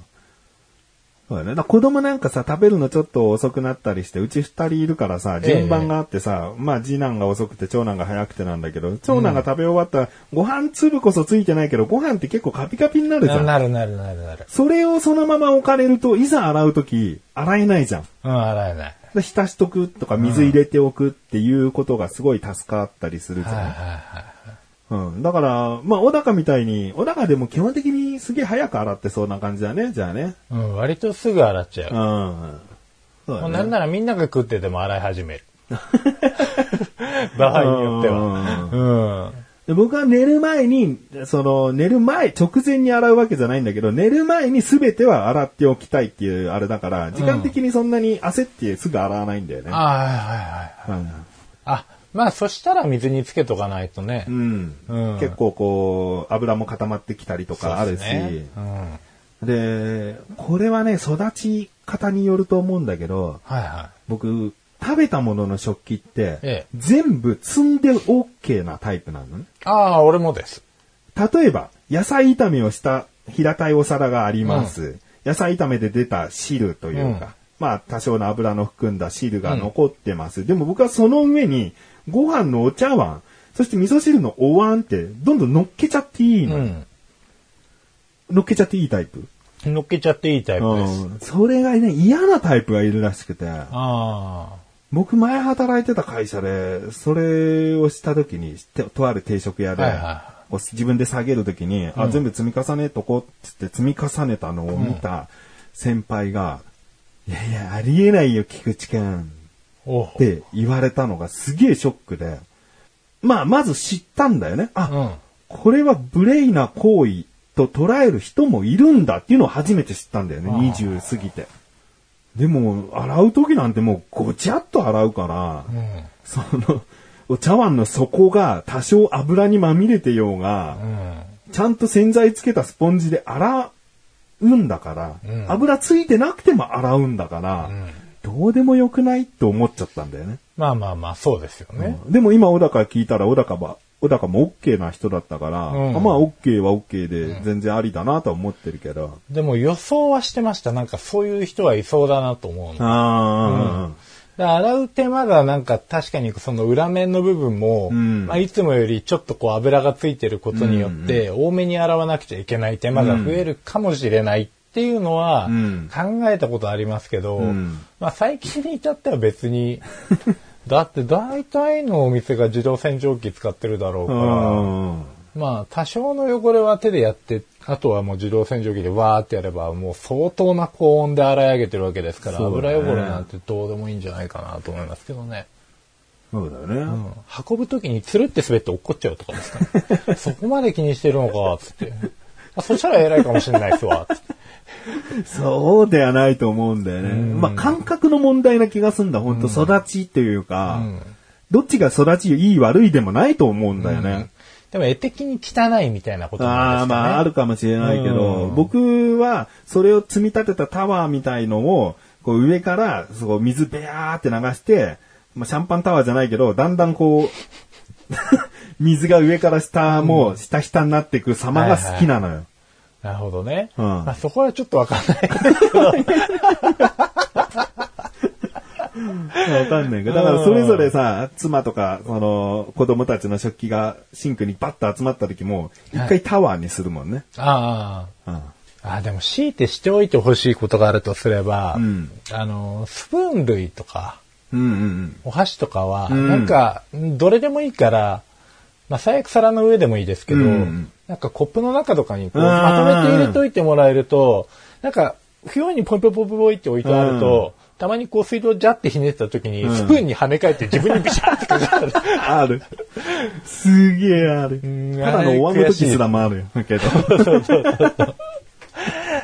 Speaker 2: そうだね。だから子供なんかさ、食べるのちょっと遅くなったりして、うち二人いるからさ、順番があってさ、まあ次男が遅くて長男が早くてなんだけど、長男が食べ終わったら、ご飯粒こそついてないけど、ご飯って結構カピカピになるじゃ。
Speaker 1: なんなるなるなるなる。
Speaker 2: それをそのまま置かれると、いざ洗うとき、洗えないじゃん。
Speaker 1: うん、洗えない。
Speaker 2: で浸しとくとか水入れておくっていうことがすごい助かったりするじ
Speaker 1: はいはい
Speaker 2: ゃ
Speaker 1: はい。
Speaker 2: ん。うん。だから、まあ、小高みたいに、小高でも基本的にすげえ早く洗ってそうな感じだね、じゃあね。
Speaker 1: うん、割とすぐ洗っちゃ
Speaker 2: う
Speaker 1: う。
Speaker 2: ん。そう
Speaker 1: も
Speaker 2: だ
Speaker 1: う
Speaker 2: ね。
Speaker 1: なんならみんなが食
Speaker 2: <laughs>
Speaker 1: ってても洗い始める。場合によっては。うん。
Speaker 2: で僕は寝る前に、その、寝る前、直前に洗うわけじゃないんだけど、寝る前に全ては洗っておきたいっていうあれだから、時間的にそんなに焦ってすぐ洗わないんだよね。
Speaker 1: ああ、はいはいはい。
Speaker 2: うん
Speaker 1: あ、まあそしたら水につけとかないとね。
Speaker 2: うん
Speaker 1: うん
Speaker 2: 結構こう、油も固まってきたりとかあ
Speaker 1: そう
Speaker 2: る
Speaker 1: で
Speaker 2: し、
Speaker 1: すねうん。はい
Speaker 2: で、これはね、育ち方によると思うんだけど、
Speaker 1: は
Speaker 2: 僕、食べたものの食器って、
Speaker 1: ええ
Speaker 2: 全部積んで OK なタイプなのね。
Speaker 1: い。ああ、俺もです。
Speaker 2: 例えば、野菜炒めをした平たいお皿があります。野菜炒めで出た汁というか、
Speaker 1: うん
Speaker 2: まあ、多少の油の含んだ汁が残ってます。でも僕はその上に、ご飯のお茶碗、そして味噌汁のお椀って、どんどん乗っけちゃっていいうの。
Speaker 1: ん。
Speaker 2: 乗っけちゃっていいタイプ。
Speaker 1: 乗っけちゃっていいタイプです。
Speaker 2: うんそれがね、嫌なタイプがいるらしくて、
Speaker 1: あ
Speaker 2: 僕前働いてた会社で、それをした時に、てとある定食屋で、
Speaker 1: はいはいは
Speaker 2: こう自分で下げる時に、あ、全部積み重ねとこっつって積み重ねたのを見た先輩が、いやいや、ありえないよ、菊池君。
Speaker 1: あ。おう
Speaker 2: って言われたのがすげえショックで、まあ、まず知ったんだよね。あ、
Speaker 1: うん。
Speaker 2: これは無礼な行為と捉える人もいるんだっていうのを初めて知ったんだよね、20過ぎて。でも、洗う時なんてもうごちゃっと洗うから、
Speaker 1: うん。
Speaker 2: その、お茶碗の底が多少油にまみれてようが
Speaker 1: う、ん。
Speaker 2: ちゃんと洗剤つけたスポンジで洗うんだから、
Speaker 1: うん
Speaker 2: 油ついてなくても洗うんだから、
Speaker 1: ん
Speaker 2: どうでもよくないって思っちゃったんだよね。
Speaker 1: まあまあまあ、そうですよね。
Speaker 2: でも今、小高聞いたら、小高は、小高も OK な人だったから、
Speaker 1: うん
Speaker 2: あまあ OK は OK で、全然ありだなとは思ってるけど。
Speaker 1: でも予想はしてました。なんかそういう人はいそうだなと思うの。
Speaker 2: あ
Speaker 1: で洗う手間がなんか確かにその裏面の部分も、
Speaker 2: うん
Speaker 1: まあ、いつもよりちょっとこう油がついてることによって多めに洗わなくちゃいけない手間が増えるかもしれないっていうのは
Speaker 2: うん
Speaker 1: 考えたことありますけど、
Speaker 2: うん
Speaker 1: まあ、最近に至っては別に <laughs> だって大体のお店が自動洗浄機使ってるだろう
Speaker 2: あ、う
Speaker 1: か
Speaker 2: ん
Speaker 1: ら、まあ多少の汚れは手でやってあとはもう自動洗浄機でわーってやればもう相当な高温で洗い上げてるわけですから、
Speaker 2: そうだ
Speaker 1: 油
Speaker 2: ね
Speaker 1: 汚れなんてどうでもいいんじゃないかなと思いますけどね。
Speaker 2: そうだよね。
Speaker 1: うん運ぶ時につるって滑って落っこっちゃうとかですか <laughs> ね。そこまで気にしてるのか、つって。あそしたら偉いかもしれないっすわ、つって。
Speaker 2: そうではないと思うんだよね。まあ感覚の問題な気がすんだ、本当育ちというか、どっちが育ちいい悪いでもないと思うんだよね。
Speaker 1: でも絵的に汚いみたいなこと
Speaker 2: あ
Speaker 1: な
Speaker 2: あ、
Speaker 1: んですかね。
Speaker 2: まああるかもしれないけど、
Speaker 1: うん
Speaker 2: 僕はそれを積み立てたタワーみたいのを、こう上から、そう水べやーって流して、まあシャンパンタワーじゃないけど、だんだんこう、 <laughs> 水が上から下も、下下になっていく様が好きなのよ。
Speaker 1: なるほどね。
Speaker 2: うん
Speaker 1: まあそこはちょっとわかんない。
Speaker 2: わかんないけど。だからそれぞれさ、妻とか、その、子供たちの食器がシンクにバッと集まった時も、一回タワーにするもんね。
Speaker 1: ああ。
Speaker 2: うん
Speaker 1: ああ、でも強いてしておいてほしいことがあるとすれば、
Speaker 2: うん
Speaker 1: あの、スプーン類とか、
Speaker 2: うんうんうん。
Speaker 1: お箸とかは、
Speaker 2: ん
Speaker 1: なんか、どれでもいいから、まあ、最悪皿の上でもいいですけど、
Speaker 2: うん
Speaker 1: なんかコップの中とかにこう
Speaker 2: うん
Speaker 1: まとめて入れといてもらえると、なんか、不要にポイポイポイポイって置いてあると、たまにこう水道をジャってひねった時に、
Speaker 2: ん
Speaker 1: スプーンに跳ね返って自分にビシャって
Speaker 2: <laughs>
Speaker 1: かかる。
Speaker 2: ある。すげえある。
Speaker 1: ん
Speaker 2: ただのお椀の時すらもあるよ。けど。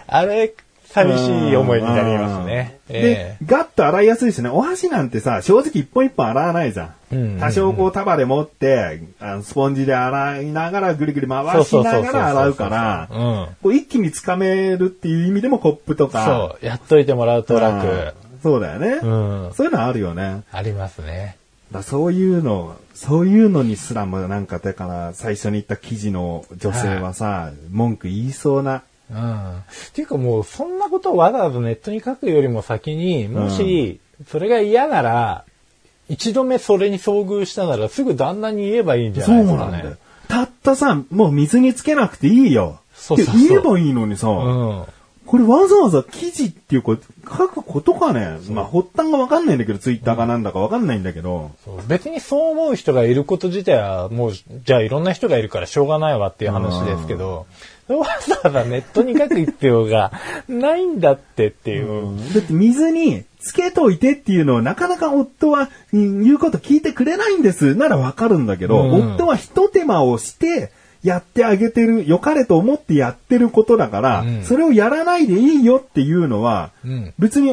Speaker 1: あれ、寂しい思いになりますね。
Speaker 2: <laughs> うんで
Speaker 1: え、え
Speaker 2: ガッと洗いやすいしね、お箸なんてさ、正直一本一本洗わないじゃ。
Speaker 1: うんうんうんん
Speaker 2: 多少こう束で持って、あのスポンジで洗いながらぐるぐる回しながら洗うから
Speaker 1: そうそうそうそうそううん、
Speaker 2: こう一気につかめるっていう意味でもコップとか。
Speaker 1: そう、やっといてもらうと楽。
Speaker 2: うんそうだよね。
Speaker 1: うん
Speaker 2: そういうのあるよね。
Speaker 1: ありますね。
Speaker 2: だそういうの、そういうのにすらもなんか、だから最初に言った記事の女性はさ、文句言いそうな。
Speaker 1: うん。っていうかもう、そんなことをわざわざネットに書くよりも先に、もし、それが嫌なら、一度目それに遭遇したなら、すぐ旦那に言えばいいんじゃ
Speaker 2: そ
Speaker 1: ないうです
Speaker 2: な
Speaker 1: か
Speaker 2: んだ
Speaker 1: ね
Speaker 2: よ。。たったさ、もう水につけなくていいよ。
Speaker 1: そうそうそう
Speaker 2: って言えばいいのにさ、
Speaker 1: うん。
Speaker 2: これわざわざ記事っていうか、書くことかね。まあ、発端がわかんないんだけど、ツイッターかなんだかわかんないんだけど。
Speaker 1: そう別にそう思う人がいること自体は、もう、じゃあいろんな人がいるからしょうがないわっていう話ですけど、わざわざネットに書く必要がないんだってっていう。
Speaker 2: だって水につけといてっていうのをなかなか夫は、うん言うこと聞いてくれないんです。ならわかるんだけど、
Speaker 1: うん
Speaker 2: 夫は一手間をして、やってあげてる、良かれと思ってやってることだから、
Speaker 1: うん
Speaker 2: それをやらないでいいよっていうのは、
Speaker 1: うん
Speaker 2: 別に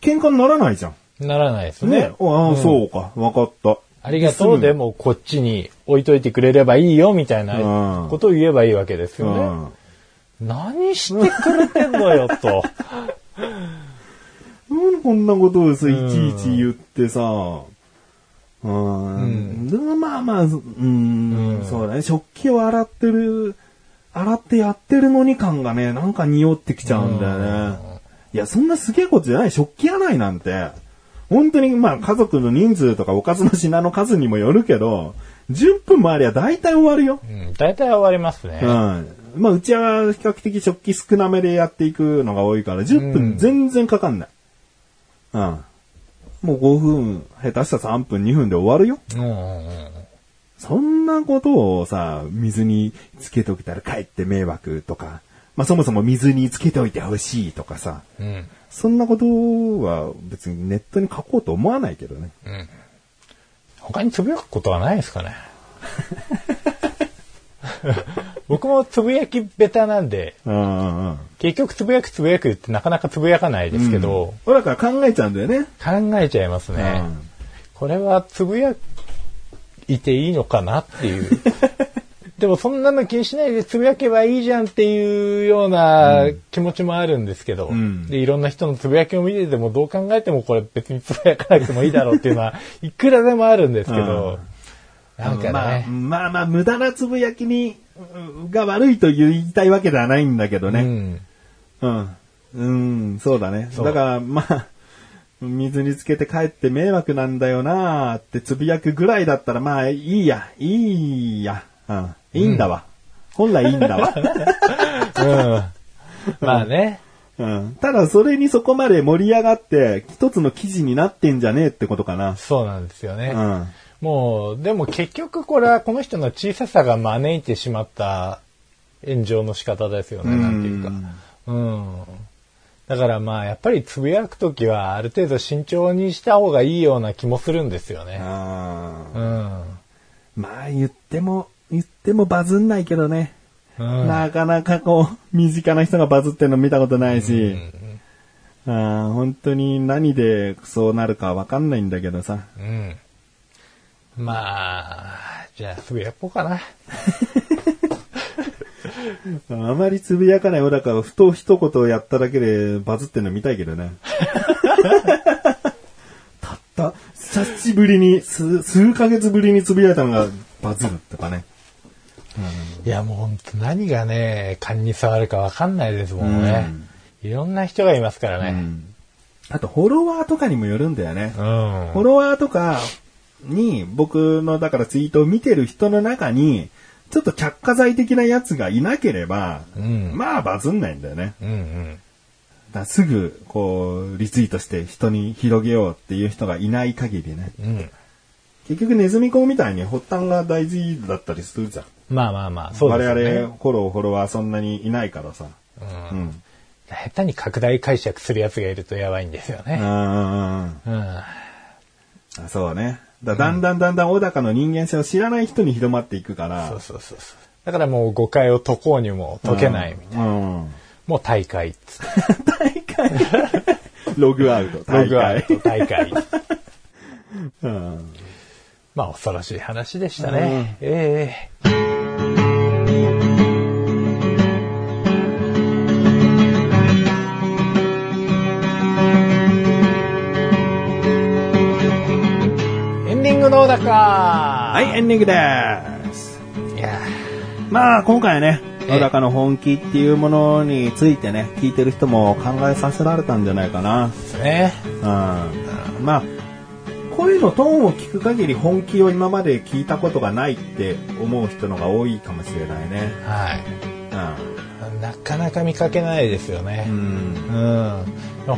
Speaker 2: 喧嘩にならないじゃん。
Speaker 1: ならないです
Speaker 2: ね。
Speaker 1: ね。
Speaker 2: ああ、
Speaker 1: うん
Speaker 2: そうか。わかった。
Speaker 1: ありがとうでもこっちに置いといてくれればいいよみたい
Speaker 2: うん
Speaker 1: なことを言えばいいわけです
Speaker 2: う
Speaker 1: よね。
Speaker 2: ん。
Speaker 1: 何してくれてんのよと。
Speaker 2: <laughs> なんでこんなことをさ、いちいち言ってさ、うーん、でもまあまあ、うーん、
Speaker 1: うん
Speaker 2: そうだね、食器を洗ってる、洗ってやってるのに感がね、なんか匂ってきちゃうんだよね。いや、そんなすげえことじゃない、食器洗いなんて。本当に、まあ、家族の人数とかおかずの品の数にもよるけど、10分もありゃ大体終わるよ。
Speaker 1: うん大体終わりますね。
Speaker 2: うん。まあ、うちは比較的食器少なめでやっていくのが多いから、10分全然かかんない。うん。もう5分、下手したら3分、2分で終わるよ。
Speaker 1: うんうんうん
Speaker 2: そんなことをさ、水につけときたら帰って迷惑とか、まあ、そもそも水につけておいてほしいとかさ、
Speaker 1: うん
Speaker 2: そんなことは別にネットに書こうと思わないけどね。
Speaker 1: 他につぶやくことはないですか
Speaker 2: <laughs>
Speaker 1: ね僕もつぶやきベタなんで、
Speaker 2: うんうんうん。
Speaker 1: 結局つぶやくつぶやくってなかなかつぶやかないですけど、
Speaker 2: 俺だから考えちゃうんだよね。
Speaker 1: 考えちゃいますね。
Speaker 2: うん
Speaker 1: これはつぶやいていいのかなって
Speaker 2: <laughs>
Speaker 1: いう。でもそんなの気にしないでつぶやけばいいじゃんっていうような気持ちもあるんですけど、
Speaker 2: ん
Speaker 1: でいろんな人のつぶやきを見ててもどう考えてもこれ別につぶやかなくてもいいだろうっていうのはいくらでもあるんですけど、なんかね、
Speaker 2: まあ、まあまあ、無駄なつぶやきに、うんが悪いと言いたいわけではないんだけど
Speaker 1: う
Speaker 2: ね。
Speaker 1: ん、
Speaker 2: うん。うん、そうだね。
Speaker 1: そう
Speaker 2: だから、まあ、水につけて帰って迷惑なんだよなーってつぶやくぐらいだったら、まあ、いいや、いいや、うん、いいんだわ。本来いいんだ
Speaker 1: <laughs>
Speaker 2: わ。
Speaker 1: うんまあね、
Speaker 2: うん、ただ、それにそこまで盛り上がって、一つの記事になってんじゃねえってことかな。
Speaker 1: そうなんですよね。
Speaker 2: うん。
Speaker 1: もう、でも結局これはこの人の小ささが招いてしまった炎上の仕方ですよね、
Speaker 2: うん
Speaker 1: なんていうか。うん。だからまあ、やっぱりつぶやくときはある程度慎重にした方がいいような気もするんですよね。
Speaker 2: あ
Speaker 1: う
Speaker 2: ー
Speaker 1: ん。
Speaker 2: まあ、言っても、言ってもバズんないけどね。
Speaker 1: うん
Speaker 2: なかなかこう、身近な人がバズってるの見たことないし、あー本当に何でそうなるかわかんないんだけどさ。
Speaker 1: うん。まあ、じゃあつぶやこうかな。
Speaker 2: あまりつぶやかない俺だから、ふと一言やっただけでバズってるの見たいけどね。たった、久しぶりに、数、数ヶ月ぶりにつぶやいたのがバズるとかね。
Speaker 1: いやもう本当何がね、勘に触るかわかんないですもんね。いろんな人がいますから
Speaker 2: う
Speaker 1: ね。
Speaker 2: んあと、フォロワーとかにもよるんだよね。
Speaker 1: うん。
Speaker 2: フォロワーとかに、僕のだからツイートを見てる人の中に、ちょっと着火剤的なやつがいなければ、
Speaker 1: ん
Speaker 2: まあバズんないんだよね。
Speaker 1: うんうん。
Speaker 2: だからすぐ、こう、リツイートして人に広げようっていう人がいない限りね。
Speaker 1: うん。
Speaker 2: 結局ネズミ講みたいに発端が大事だったりするじゃん。
Speaker 1: まあまあまあ、そうですよね。
Speaker 2: 我々、フォロー、フォロワーそんなにいないからさ。うん。うん。
Speaker 1: 下手に拡大解釈するやつがいるとやばいんですよね。
Speaker 2: あー
Speaker 1: うん。
Speaker 2: あそうね。だだんだんだんだん小高の人間性を知らない人に広まっていくから。
Speaker 1: そうそうそうそう。だからもう誤解を解こうにも解けないみたいな。
Speaker 2: うん。
Speaker 1: もう大会っつって。
Speaker 2: ログアウト。
Speaker 1: ログアウト大 <laughs> 会。
Speaker 2: うん。
Speaker 1: まあ恐ろしい話でしたね。ええエンディングのだかは
Speaker 2: はい、エンディングです。
Speaker 1: いや
Speaker 2: まあ、今回ね、
Speaker 1: え
Speaker 2: 小高の本気っていうものについてね、聞いてる人も考えさせられたんじゃないかな。
Speaker 1: ーですね。
Speaker 2: うん。まあ、声のトーンを聞く限り本気を今まで聞いたことがないって思う人のが多いかもしれないね。
Speaker 1: はい。
Speaker 2: う
Speaker 1: なかなか見かけないですよね。
Speaker 2: ん。
Speaker 1: うん。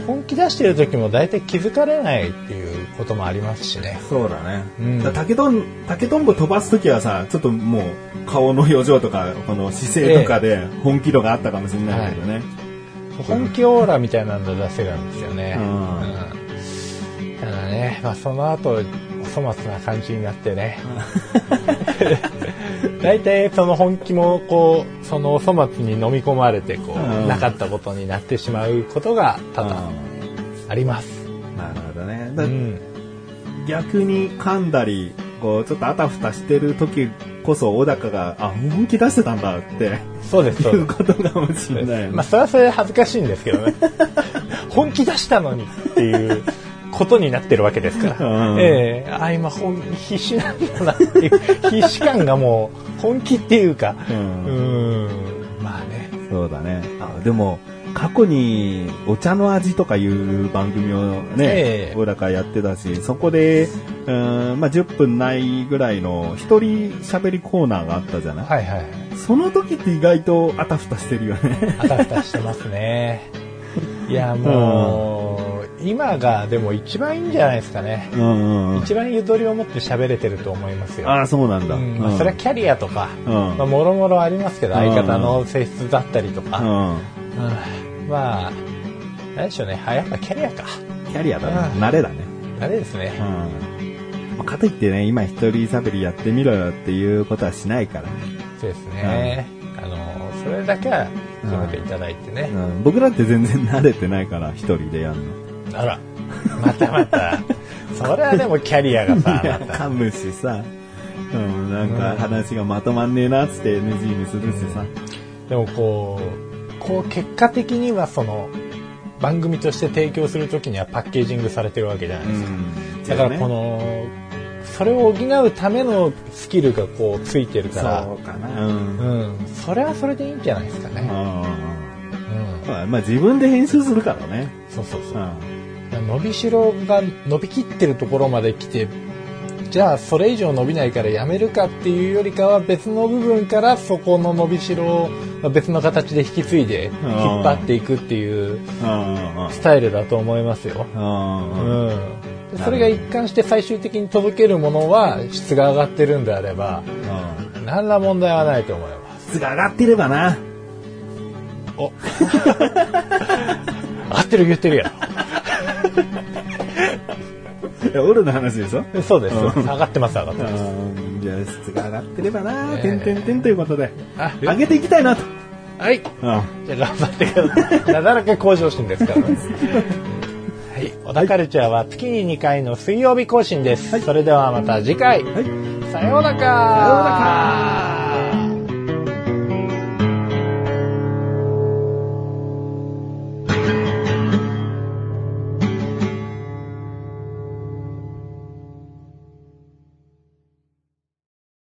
Speaker 1: 本気出してる時も大体気づかれないっていうこともありますしね。
Speaker 2: そうだね。
Speaker 1: うん
Speaker 2: だ竹とん、竹とんぼ飛ばすときはさ、ちょっともう顔の表情とか、この姿勢とかで本気度があったかもしれないけどね。
Speaker 1: 本気オーラみたいなの出せるんですよね。
Speaker 2: うん
Speaker 1: うんただね、まあ、その後、お粗末な感じになってね。大体、その本気も、こう、そのお粗末に飲み込まれて、こ
Speaker 2: うん
Speaker 1: う、なかったことになってしまうことが多々
Speaker 2: う
Speaker 1: あります。
Speaker 2: んなるほどね。
Speaker 1: う
Speaker 2: だ
Speaker 1: ん。
Speaker 2: 逆に噛んだり、こう、ちょっとあたふたしてる時こそ、小高が、あ、本気出してたんだって、
Speaker 1: そうです、
Speaker 2: い
Speaker 1: そう
Speaker 2: う
Speaker 1: です。
Speaker 2: ことかもしれないよね
Speaker 1: <laughs> まあ、それはそれで恥ずかしいんですけどね。 <laughs> 本気出したのにっていうことになってるわけですか
Speaker 2: う
Speaker 1: ら。
Speaker 2: ん
Speaker 1: ええあ、今本、必死なんだなっていう、 <laughs> 必死感がもう、本気っていうか、
Speaker 2: う
Speaker 1: うんん、まあね。
Speaker 2: そうだね。あでも、過去にお茶の味とかいう番組を
Speaker 1: え
Speaker 2: ね
Speaker 1: え、
Speaker 2: 小、高やってたし、そこで、うーん、まあ、10分ないぐらいの一人喋りコーナーがあったじゃない、
Speaker 1: はいはいはい。
Speaker 2: その時って意外とあたふたしてるよ
Speaker 1: <laughs>
Speaker 2: ね。
Speaker 1: あたふたしてますね。いや、もう、今がでも一番いいんじゃないですかね。
Speaker 2: うんうんうん。
Speaker 1: 一番ゆとりを持って喋れてると思いますよ。
Speaker 2: ああ、そうなんだ。
Speaker 1: うんまあ、それはキャリアとか、
Speaker 2: うん。
Speaker 1: まあ、もろもろありますけど、
Speaker 2: うん
Speaker 1: 相方の性質だったりとか、
Speaker 2: うん
Speaker 1: うんまあ、何でしょうね、あやっぱキャリアか。
Speaker 2: キャリアだな、
Speaker 1: う
Speaker 2: ね。
Speaker 1: ん
Speaker 2: 慣れだね。
Speaker 1: あれですね
Speaker 2: う。ん。まあかといってね、今一人喋りやってみろよっていうことはしないからね。
Speaker 1: そうですね。あの、それだけは決めていただいてね
Speaker 2: う。ん。僕なんて全然慣れてないから、一人でやるの。
Speaker 1: あら、またまた。それはでもキャリアがさ、
Speaker 2: いや
Speaker 1: また
Speaker 2: 噛むしさ、うん、なんか話がまとまんねえなっつって NG にするしさ、
Speaker 1: でもこう、こう結果的にはその、番組として提供するときにはパッケージングされてるわけじゃないですか。だからこ
Speaker 2: の
Speaker 1: の、それを補うためのスキルがこうついてるから、
Speaker 2: そうかなうん、
Speaker 1: う
Speaker 2: うん
Speaker 1: ん、それはそれでいいんじゃないですかね。うん、
Speaker 2: まあ、まあ自分で編集するからね、
Speaker 1: そうそうそうう。
Speaker 2: ん、
Speaker 1: 伸びしろが伸びきってるところまで来てじゃあそれ以上伸びないからやめるかっていうよりかは別の部分からそこの伸びしろをまあ別の形で引き継いで引っ張っていくっていう
Speaker 2: うん
Speaker 1: スタイルだと思いますよ。う
Speaker 2: うんうん
Speaker 1: んでそれが一貫して最終的に届けるものは質が上がってるんであれば何ら問題はないと思います。
Speaker 2: 質が上がってればな
Speaker 1: お合ってる言ってるや
Speaker 2: いや俺の話でしょ
Speaker 1: ん <laughs> そうです。
Speaker 2: うん
Speaker 1: 上がってます上がってます。
Speaker 2: うんじゃあ質が上がってればな、
Speaker 1: ね
Speaker 2: てんてんてんということで
Speaker 1: あ
Speaker 2: 上げていきたいなと、
Speaker 1: はい。
Speaker 2: うん
Speaker 1: じゃあ頑張ってください。なだらか向上心ですからね。はい。小田カルチャーは月に2回の水曜日更新です。それではまた次回。
Speaker 2: はい
Speaker 1: さようなら。さようなら。